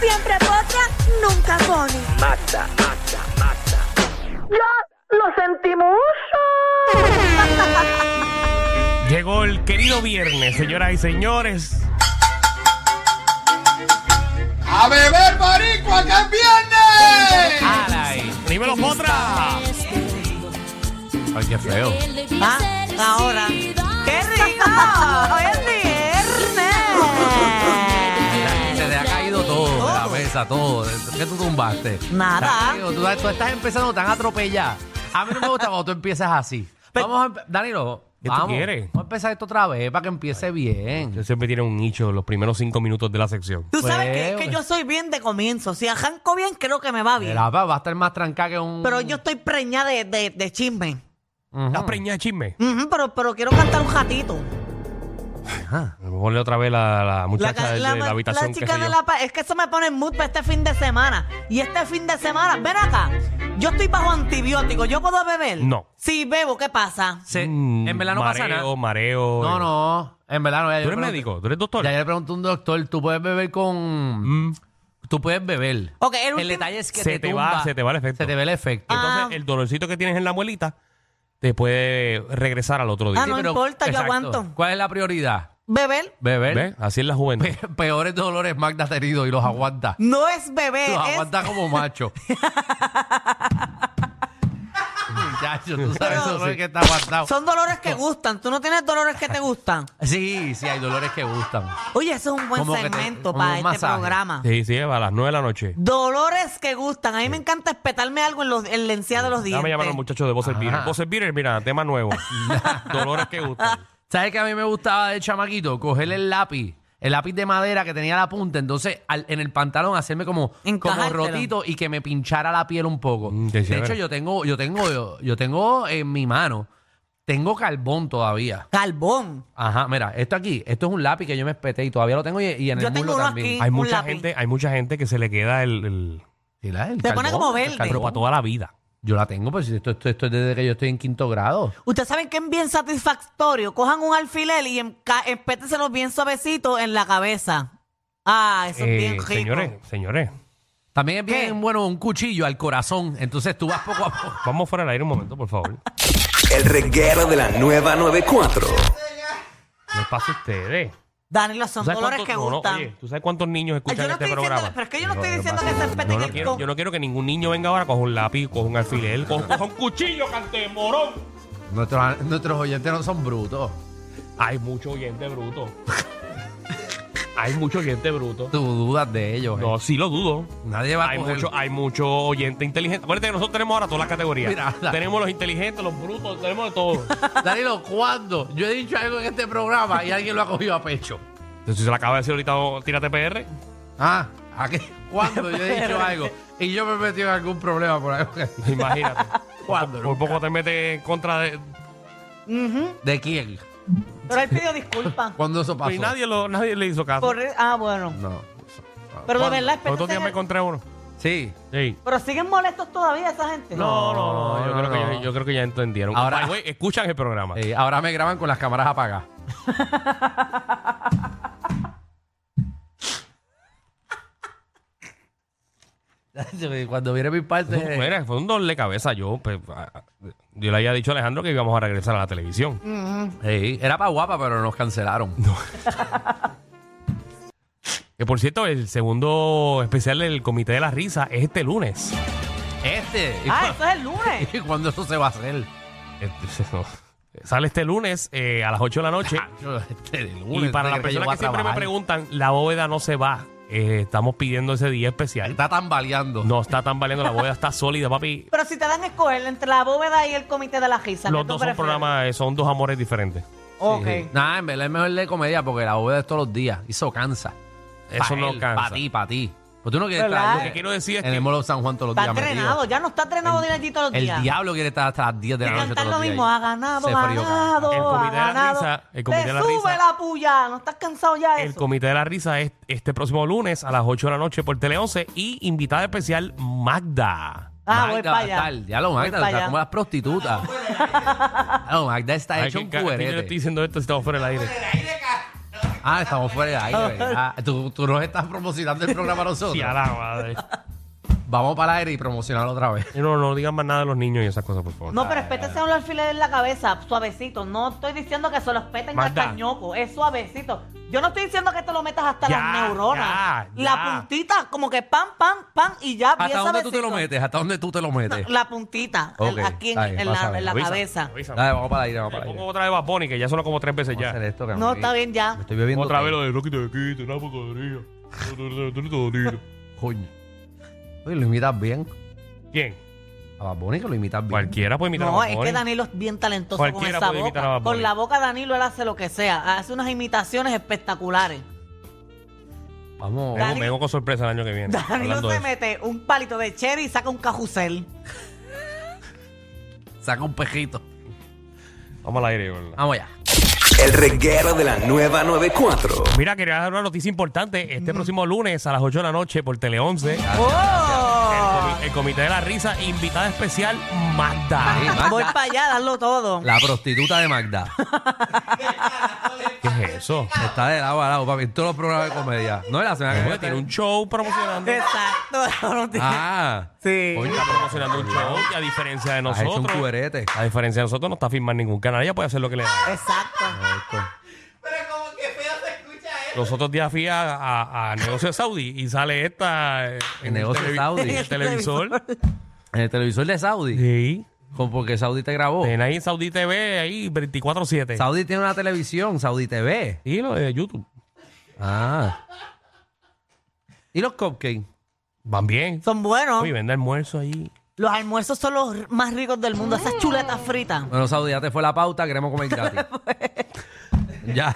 Siempre potra, nunca pone. Mata, mata, mata. ¡Ya lo sentimos! Llegó el querido viernes, señoras y señores. ¡A beber marico, que es viernes! ¡Alay! ¡Dímelo, potra! Ay, qué feo. Ah, ahora. ¡Qué rico! ¡Hoy es viernes! Se te ha caído todo, de la mesa, todo. ¿Qué tú tumbaste? Nada. Te ha caído. Tú, tú estás empezando tan atropellada. A mí no me gusta cuando tú empiezas así. vamos a empe- Danilo, ¿Qué tú vamos. quieres? Vamos a empezar esto otra vez para que empiece bien. Yo siempre tiene un nicho los primeros cinco minutos de la sección. Tú sabes que, es Pues, que yo soy bien de comienzo. Si arranco bien, creo que me va bien. La va va a estar más trancada que un... Pero yo estoy preñada de, de, de chisme. Ujú. ¿Estás preñada de Ah, chisme? Ujú, pero, pero quiero cantar un ratito. A lo mejor le otra vez la, la muchacha ca- de- de la habitación. la qué chica sé de yo. la pa- Es que eso me pone en mood para este fin de semana. Y este fin de semana, ven acá. Yo estoy bajo antibiótico. ¿Yo puedo beber? No. Si bebo, ¿qué pasa? Se- Mm, en verdad no mareo, pasa nada. Mareo, No, no. En verdad no. ¿Tú Ya yo eres pregunté- médico? ¿Tú eres doctor? Ya yo le pregunté a un doctor, ¿tú puedes beber con...? Mm. Tú puedes beber. Ok, el último- detalle es que Se te va- tumba- se te va el efecto. Se te va el efecto. Ah, Entonces, el dolorcito que tienes en la muelita te puede regresar al otro día. Ah, no pero- importa, yo Exacto. aguanto. ¿Cuál es la prioridad? Beber Beber. ¿Ves? Así es la juventud. Pe- peores dolores Magda ha tenido y los aguanta. no es beber. Los es aguanta como macho. Muchacho, tú sabes Pero- los dolores que está aguantado. Son dolores que gustan. Tú no tienes dolores que te gustan. Sí, sí, hay dolores que gustan. Oye, eso es un buen Como que te- segmento como para un este masaje. programa. Sí, sí, a las nueve de la noche. Dolores que gustan. A mí me encanta espetarme algo en, los, en la encía de los dientes. Dame llamar a los muchachos de Voz Beater. Ajá. Voz Beater, mira, tema nuevo. Dolores que gustan. ¿Sabes que a mí me gustaba del chamaquito? Coger el lápiz, el lápiz de madera que tenía la punta, entonces al- en el pantalón hacerme como, como Encajártelo. rotito y que me pinchara la piel un poco. Mm, qué de chévere. hecho, yo tengo, yo tengo, yo, yo tengo en mi mano, tengo carbón todavía. Carbón. Ajá, mira, esto aquí, esto es un lápiz que yo me espeté y todavía lo tengo y, y en Yo el tengo muslo uno también. aquí. Hay un mucha lápiz. gente, hay mucha gente que se le queda el, el- Sí, la- el Se pone como el verde. pero para toda la vida. Yo la tengo, pues esto, esto, esto es desde que yo estoy en quinto grado. Ustedes saben que es bien satisfactorio. Cojan un alfiler y enca- espétenselos bien suavecito en la cabeza. Ah, eso Eh, es bien rico. señores, señores, También es bien ¿Qué? bueno un cuchillo al corazón, entonces tú vas poco a poco. vamos fuera del aire un momento, por favor. No El reguero de la nueva 94. es para ustedes. ¿Tú Danilo, son sabes dolores cuántos- que no, no, gustan. oye, ¿tú sabes cuántos niños escuchan Yo no este estoy diciendo- programa? pero es que yo no estoy diciendo que se espeten yo no, el quiero, con- yo no quiero que ningún niño venga ahora con un lápiz, con un alfiler, con, con un cuchillo, cante morón. Nuestros, nuestros oyentes no son brutos. Hay mucho oyente bruto. hay mucho oyente bruto. Tú dudas de ellos. No, eh. sí lo dudo. Nadie va hay a coger- mucho, hay mucho oyente inteligente. Acuérdate que nosotros tenemos ahora todas las categorías. Mira, la- tenemos los inteligentes, los brutos, tenemos de todo. Danilo, ¿cuándo? Yo he dicho algo en este programa y alguien lo ha cogido a pecho. Entonces, si se lo acaba de decir ahorita, oh, tírate PR. Ah, ¿a qué? ¿Cuándo yo he dicho algo? Y yo me he metido en algún problema por algo que- Imagínate. ¿Cuándo? Por poco te metes en contra de. Ujú. ¿De quién? Pero él pidió disculpas. ¿Cuándo eso pasó? Y nadie, lo, nadie le hizo caso. Por- ah, bueno. No. Pero de verdad, Los otros días me espétense- encontré uno. Sí. Sí. Pero siguen molestos todavía esa gente. No, no, no. yo, no, creo no. Que ya, yo creo que ya entendieron. Ahora- By the way, escuchan el programa. Eh, ahora me graban con las cámaras apagadas. Cuando viene mi parte. Fue- mira, fue un doble de cabeza. Yo, pues, ah, yo le había dicho a Alejandro que íbamos a regresar a la televisión. Mm. Ey, era para guapa, pero nos cancelaron. Que por cierto, el segundo especial del Comité de la Risa es este lunes. Este. ¿Y, Ah, cua- eso es el lunes. y cuándo eso se va a hacer? Este, no. Sale este lunes eh, a las 8 de la noche. Yo, este de lunes, y para ¿te las crees yo personas voy que a siempre me trabajar? preguntan, la bóveda no se va. Eh, estamos pidiendo ese día especial. Está tambaleando. No está tan valiendo la bóveda, está sólida, papi. Pero si te dan a escoger entre la bóveda y el comité de la risa. ¿qué Los tú dos son prefieres? programas, eh, son dos amores diferentes. Ok. Nada, en verdad es mejor leer comedia porque la bóveda es todos los días. Eso cansa. Eso no cansa. Para ti, para ti. Pues tú no quieres ¿Verdad? estar Lo que quiero decir es en que- el Molo San Juan todos los Está días. metido. drenado, ya no está drenado de allí todos los El días. diablo quiere estar hasta las 10 de Y la noche. cantar todos lo los días mismo, ahí. ha ganado, Se ha frío, cara. ganado, El ha comité de la ganado. risa, el comité Te de la sube risa. la puya, no estás cansado ya de El eso. Comité de la Risa es este próximo lunes a las 8 de la noche por Tele 11 y invitada especial Magda. Ah, Magda, voy para allá. tal. Ya lo Voy Magda, pa' está allá. como las prostitutas. No, Magda está Ay, hecho qué un ca- Yo le estoy cuberete. diciendo esto si estamos fuera del aire. Ah, estamos fuera de aire. ¿verdad? Tú, tú nos estás promocionando el programa a nosotros. Sí, a la madre. Vamos para el aire y promocionarlo otra vez. No, no digan más nada de los niños y esas cosas, por favor. No, pero espétense los alfileres en la cabeza, suavecito. No estoy diciendo que se los peten Magda. hasta el ñoco, es suavecito. Yo no estoy diciendo que te lo metas hasta Ya, las neuronas. ya, ya. La puntita, como que pam, pam, pam, y ya, bien ¿Hasta dónde tú te suavecito. lo metes? ¿Hasta dónde tú te lo No, metes? la puntita, el- Ok, aquí en, está bien, en la, pásame, en la Avisa, cabeza. avisa. Dale, vamos para el aire, vamos Le para el pongo aire. otra vez Bad Bunny, que ya sonó como tres veces Vamos a hacer ya. esto, que No, me- está bien me ya. Estoy bebiendo. Otra vez té. lo de Rocky te quita, una porquería. Coño. Oye, lo imitas bien. ¿Quién? A Bad Bunny que lo imitas bien. Cualquiera puede imitar a No, Bad es Bunny. que Danilo es bien talentoso con Cualquiera esa puede imitar a boca. Bad Bunny. Con la boca Danilo él hace lo que sea. Hace unas imitaciones espectaculares. Vamos. Vengo- Dani- vengo con sorpresa el año que viene. Danilo hablando de se eso. mete un palito de cherry y saca un cajusel. Saca un pejito. Vamos al aire, Ah, ¿verdad? Vamos allá. El reguero de la nueva 94. Mira, quería dar una noticia importante. Mm. Este próximo lunes a las 8 de la noche por Tele 11, ¡Oh! el Comité de la Risa, invitada especial Sí, Magda. Magda, Voy para allá, darlo todo. La prostituta de Magda. ¿Qué es eso? Está de lado a lado, papi. En todos los programas de comedia. No es la semana que Bueno, viene. Tiene un show promocionando. Exacto. no tiene- Ah. Sí. Coño, Está promocionando un show y a diferencia de Has hecho un nosotros. cuberete. A diferencia de nosotros, no está firmando ningún canal. Ella puede hacer lo que le da. Exacto. Los otros días fui a, a, a Negocio Saudi y sale esta eh, En Negocio televi- Saudi. en el televisor. En el televisor de Saudi. Sí. Como porque Saudi te grabó. Ten ahí en Saudi TV, ahí 24-7. Saudi tiene una televisión, Saudi TV. Y lo de YouTube. Ah. ¿Y los cupcakes? Van bien. Son buenos. Uy, vende almuerzo ahí. Los almuerzos son los r- más ricos del mundo. Esas chuletas fritas. Bueno, Saudi, ya te fue la pauta, queremos comer gratis. ya.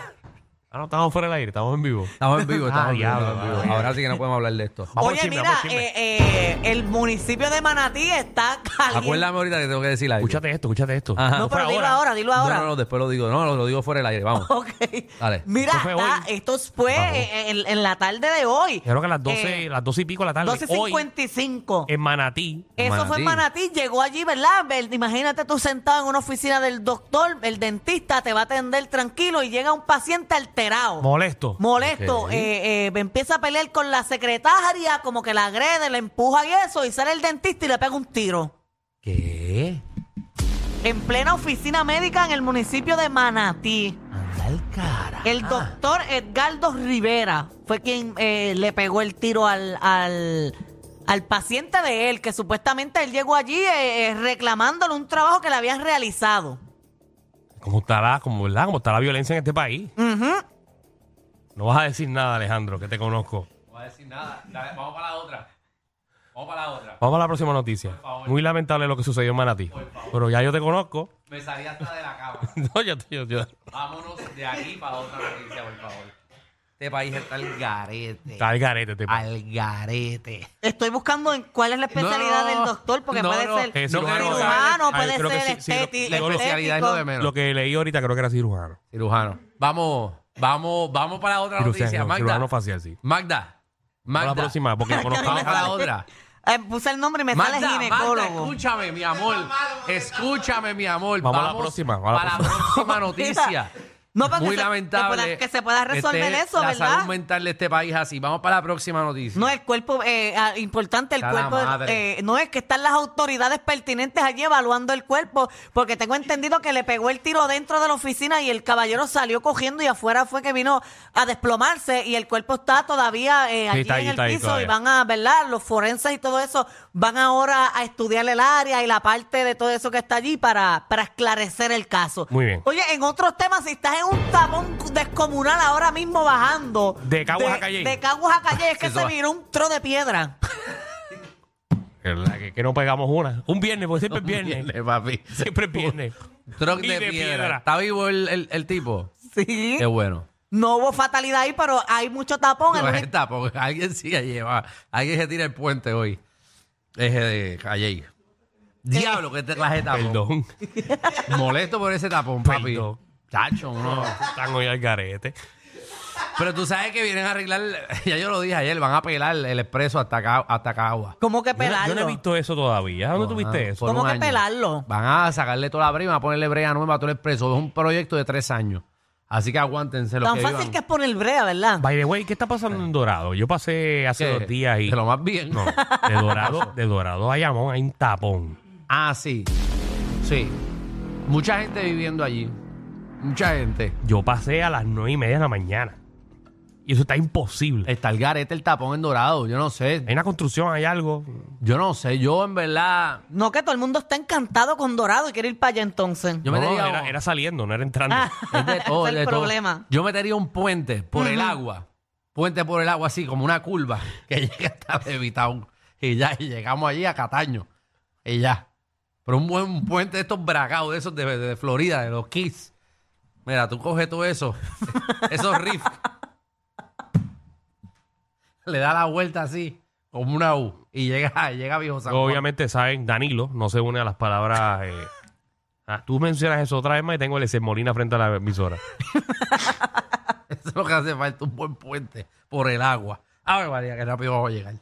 Ah, no, estamos fuera del aire, estamos en vivo. Estamos en vivo, estamos Ah, en vivo, diablo, estamos en vivo. vale. Ahora sí que no podemos hablar de esto. Vamos Oye, al chisme, mira, vamos al chisme. eh, eh, el municipio de Manatí está caliente. Acuérdame ahorita que tengo que decir algo. Escúchate esto, escúchate esto. Ajá. No, fue pero dilo ahora. ahora, dilo ahora. No, no, no, después lo digo. No, lo, lo digo fuera del aire, vamos. Ok. Dale. Mira, Esto fue hoy. está- esto fue eh, en, en la tarde de hoy. Creo que a las 12, Eh, las 12 y pico de la tarde. Hoy, Eh, 12.55. en Manatí. Eso fue en Manatí. Manatí, llegó allí, ¿verdad? Ver- Imagínate tú sentado en una oficina del doctor, el dentista te va a atender tranquilo y llega un paciente alterado. Molesto. Molesto, Ok. eh, eh, empieza a pelear con la secretaria, como que la agrede, la empuja y eso, y sale el dentista y le pega un tiro. ¿Qué? En plena oficina médica en el municipio de Manatí. Anda el cara. Ah. El doctor Edgardo Rivera fue quien eh, le pegó el tiro al, al, al paciente de él, que supuestamente él llegó allí eh, eh, reclamándole un trabajo que le habían realizado. ¿Cómo está, la, cómo, ¿verdad? ¿Cómo está la violencia en este país? No vas a decir nada, Alejandro, que te conozco. No voy a decir nada. Dale, vamos para la otra. Vamos para la otra. Vamos a la próxima noticia. Muy lamentable lo que sucedió en Manatí. Pero ya yo te conozco. Me salí hasta de la cama. No, yo, yo- yo- Vámonos de aquí para otra noticia, por favor. Este país está al garete. Está al garete, este país. Al garete. Estoy buscando en cuál es la especialidad No, del doctor, porque no, puede no, ser es cirujano, cirujano. Ay, puede creo que ser sí, sí, lo- esteti- la La especialidad es estético. lo de menos. Lo que leí ahorita creo que era cirujano. Cirujano. Vamos, vamos, vamos para la otra noticia. Cirujano, cirujano Magda. facial, sí. Magda. Vamos Magda. a la próxima, porque Vamos conozcamos para la otra. Eh, puse el nombre y me sale Magda, Magda, ginecólogo. escúchame, mi amor. Escúchame, mi amor. Vamos a la próxima, vamos a la para la próxima noticia. No, para que Muy se- que lamentable. pueda- que se pueda que resolver esté eso, la ¿verdad? salud mental de este país así. Vamos para la próxima noticia. No, el cuerpo, eh, ah, importante el Ya la cuerpo, madre. eh, no es que están las autoridades pertinentes allí evaluando el cuerpo, porque tengo entendido que le pegó el tiro dentro de la oficina y el caballero salió cogiendo y afuera fue que vino a desplomarse y el cuerpo está todavía eh, allí está ahí, en el está ahí piso y todavía. van a, ¿verdad? Los forenses y todo eso van ahora a estudiar el área y la parte de todo eso que está allí para, para esclarecer el caso. Muy bien. Oye, en otros temas, si estás en un tapón descomunal ahora mismo bajando. De Caguas a Calle. De Caguas a Calle, es que Eso se va. viró un tro de piedra. ¿Verdad? Que, que no pegamos una. Un viernes, porque siempre es viernes. Viene, eh, papi. Siempre es viernes. Troc Y de, piedra. ¿Está vivo el, el- el tipo? Sí. Qué bueno. No hubo fatalidad ahí, pero hay mucho tapón. El No, único- está, porque alguien sigue lleva. Alguien se tira el puente hoy. Eje de Calle. Diablo, que te clase de tapón. Perdón. Molesto por ese tapón, papi. Perdón. Chacho, no. Están hoy al garete. Pero tú sabes que vienen a arreglar, ya yo lo dije ayer, van a pelar el expreso hasta, Ca- hasta Cagua. ¿Cómo que Yo no- pelarlo? Yo no he visto eso todavía. ¿Dónde tuviste Ah, eso? por ¿Cómo un que año. pelarlo? Van a sacarle toda la prima, a ponerle brea nueva a todo el expreso. Es un proyecto de tres años. Así que aguántense los Tan que fácil vivan. que es poner brea, ¿verdad? By the way, ¿qué está pasando en Dorado? Yo pasé hace Que- dos días ahí. De lo más bien. No, de Dorado, de Dorado a Bayamón hay un tapón. Ah, sí. Sí. Mucha gente viviendo allí. Mucha gente. Yo pasé a las nueve y media de la mañana. Y eso está imposible. Está el garete, el tapón en dorado. Yo no sé. Hay una construcción, hay algo. Yo no sé. Yo, en verdad. No, que todo el mundo está encantado con Dorado y quiere ir para allá entonces. Yo me Ah. No, no, diría- era, era saliendo, no era entrando. Es de todo, Ese es de el todo. problema. Yo metería un puente por el agua. Puente por el agua, así como una curva que llega hasta Levitown. Y ya, y llegamos allí a Cataño. Y ya. Pero un buen un puente de estos bragados, de esos de, de Florida, de los Kiss. Mira, tú coges todo eso, esos riffs. Le da la vuelta así, como una U. Y llega, llega a Viejo San Juan. Obviamente saben, Danilo no se une a las palabras. eh, ah, tú mencionas eso otra vez más y tengo el Ezequiel Molina frente a la emisora. Eso es lo que hace falta, un buen puente por el agua. A ver, María, que rápido vamos a llegar.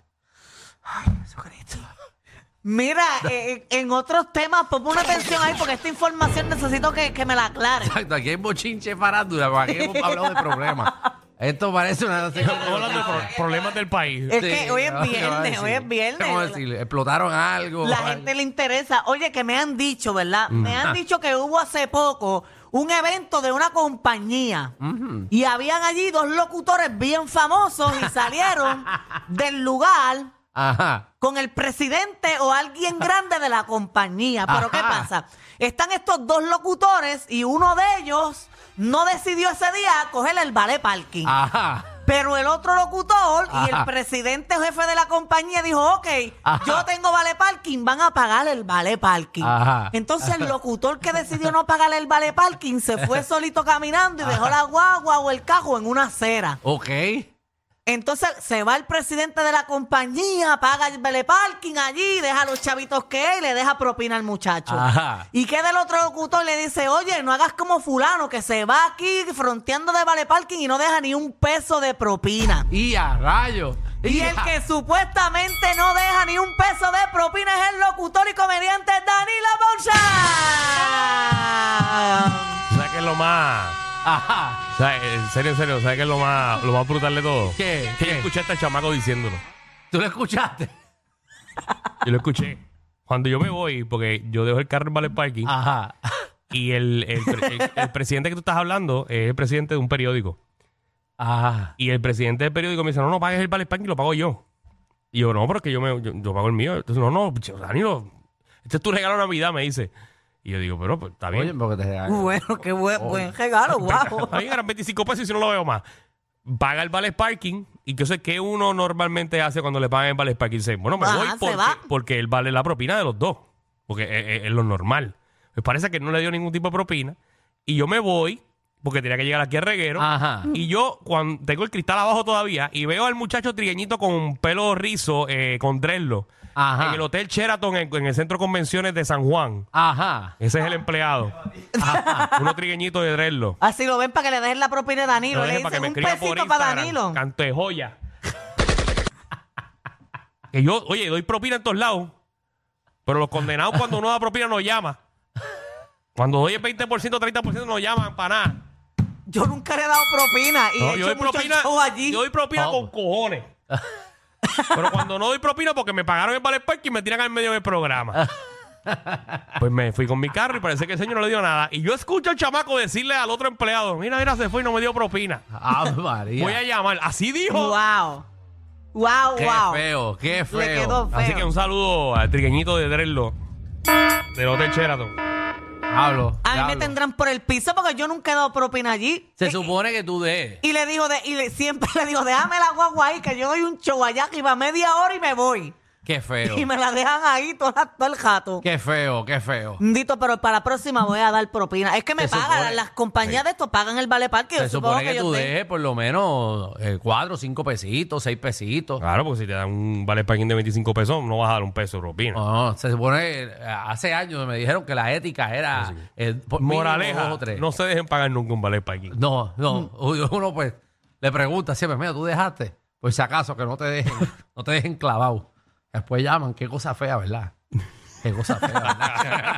Mira, eh, en otros temas, ponme una atención ahí porque esta información necesito que, que me la aclare. Exacto, aquí hay bochinche farándula, pero aquí hemos hablado de problemas. Esto parece una... Estamos hablando de pro- problemas del país. Eh. Es que hoy es viernes, hoy es Vamos a viernes. decir, explotaron algo. La gente le interesa. Oye, que me han dicho, ¿verdad? Me han dicho que hubo hace poco un evento de una compañía y habían allí dos locutores bien famosos y salieron del lugar Ajá. con el presidente o alguien grande de la compañía. Pero ¿qué Ajá. pasa? Están estos dos locutores y uno de ellos no decidió ese día coger el ballet parking. Ah, Ajá. Pero el otro locutor y el Ajá. presidente o jefe de la compañía dijo, ok, Ajá. yo tengo vale parking, van a pagar el vale parking. Ajá. Entonces el locutor que decidió no pagar el vale parking se fue solito caminando y dejó la guagua o el cajo en una acera. Ok. Entonces se va el presidente de la compañía, paga el vale parking allí, deja a los chavitos que es y le deja propina al muchacho. Ajá. Y queda el otro locutor y le dice, oye, no hagas como fulano, que se va aquí fronteando de vale parking y no deja ni un peso de propina. Y a rayo. Y el que supuestamente no deja ni un peso de propina es el locutor y comediante Danilo Bouchard. ¿Sabes qué es lo más? Ajá. ¿Sabes? En serio, en serio, ¿sabes qué es lo más, lo más brutal de todo? ¿Qué? Que ¿Qué? yo escuché a este chamaco diciéndolo. ¿Tú lo escuchaste? Yo lo escuché. Cuando yo me voy, porque yo dejo el carro en Valet Parking, Ajá. y el, el pre- el- el presidente que tú estás hablando es el presidente de un periódico. Ajá. Y el presidente del periódico me dice, no, no pagues el Valet Parking, lo pago yo. Y yo, no, porque yo, me, yo, yo pago el mío. Entonces, no, no, picho, Danilo, este es tu regalo de Navidad, me dice. Y yo digo, pero pues, está bien. Oye, porque te... Bueno, qué buen, Oh. buen regalo, guapo. A mí eran 25 pesos y si no lo veo más. Paga el vale parking. Y yo sé que uno normalmente hace cuando le pagan el vale parking. Dice, bueno, me Ajá, voy se porque, va. porque él vale la propina de los dos. Porque es, es- es lo normal. Me parece que él no le dio ningún tipo de propina. Y yo me voy porque tenía que llegar aquí a Reguero. Ajá. Y yo cuando tengo el cristal abajo todavía y veo al muchacho trigueñito con pelo rizo, eh, con dreadlock, Ajá. en el Hotel Sheraton, en- en el Centro de Convenciones de San Juan. Ajá. Ese Ah. es el empleado. Uno trigueñito de dreadlock. Así lo ven para que le dejen la propina a Danilo. No le deje dicen un escriba por pesito para Instagram. Danilo. Canto de joya. que yo, oye, doy propina en todos lados. Pero los condenados cuando uno da propina no llama. Cuando doy el 20%, 30% no llaman para nada. Yo nunca le he dado propina y No, he yo hecho doy mucho propina, show allí. yo doy propina Vamos. con cojones. Pero cuando no doy propina porque me pagaron el Ballet Park y me tiran al medio del programa. Pues me fui con mi carro y parece que el señor no le dio nada. Y yo escucho al chamaco decirle al otro empleado, mira, mira, se fue y no me dio propina. Ave María. Voy a llamar. Así dijo. Wow. Wow, Qué wow. feo, qué feo. Le quedó feo. Así que un saludo al trigueñito de Drello del Hotel Sheraton. Hablo. a mí me hablo. tendrán por el piso porque yo nunca he dado propina allí. Se Y- supone que tú des. Y le digo, de, y le- siempre le digo, déjame la guagua ahí, que yo doy un show allá que iba media hora y me voy. Qué feo. Y me la dejan ahí todo, todo el jato. Qué feo, qué feo. Dito, pero para la próxima voy a dar propina. Es que me Se pagan, supone- las compañías de esto pagan el vale parque. Yo Se supongo supone que, que yo tú tengo- dejes por lo menos eh, cuatro, cinco pesitos, seis pesitos. Claro, porque si te dan un vale parking de 25 pesos, no vas a dar un peso de propina. No, no, se supone que eh, hace años me dijeron que la ética era eh, por mínimo dos Moraleja, o tres. no se dejen pagar nunca un vale parking. No, Mm. no. Uno pues le pregunta siempre, mira, ¿tú dejaste? Pues si acaso que no te dejen, no te dejen clavado. Después llaman, qué cosa fea, ¿verdad? Qué cosa fea, ¿verdad?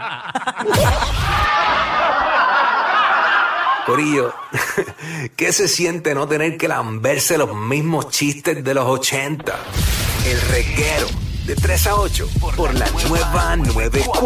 Corillo, ¿qué se siente no tener que lamberse los mismos chistes de los 80? El reguero de 3 a 8 por la nueva 94.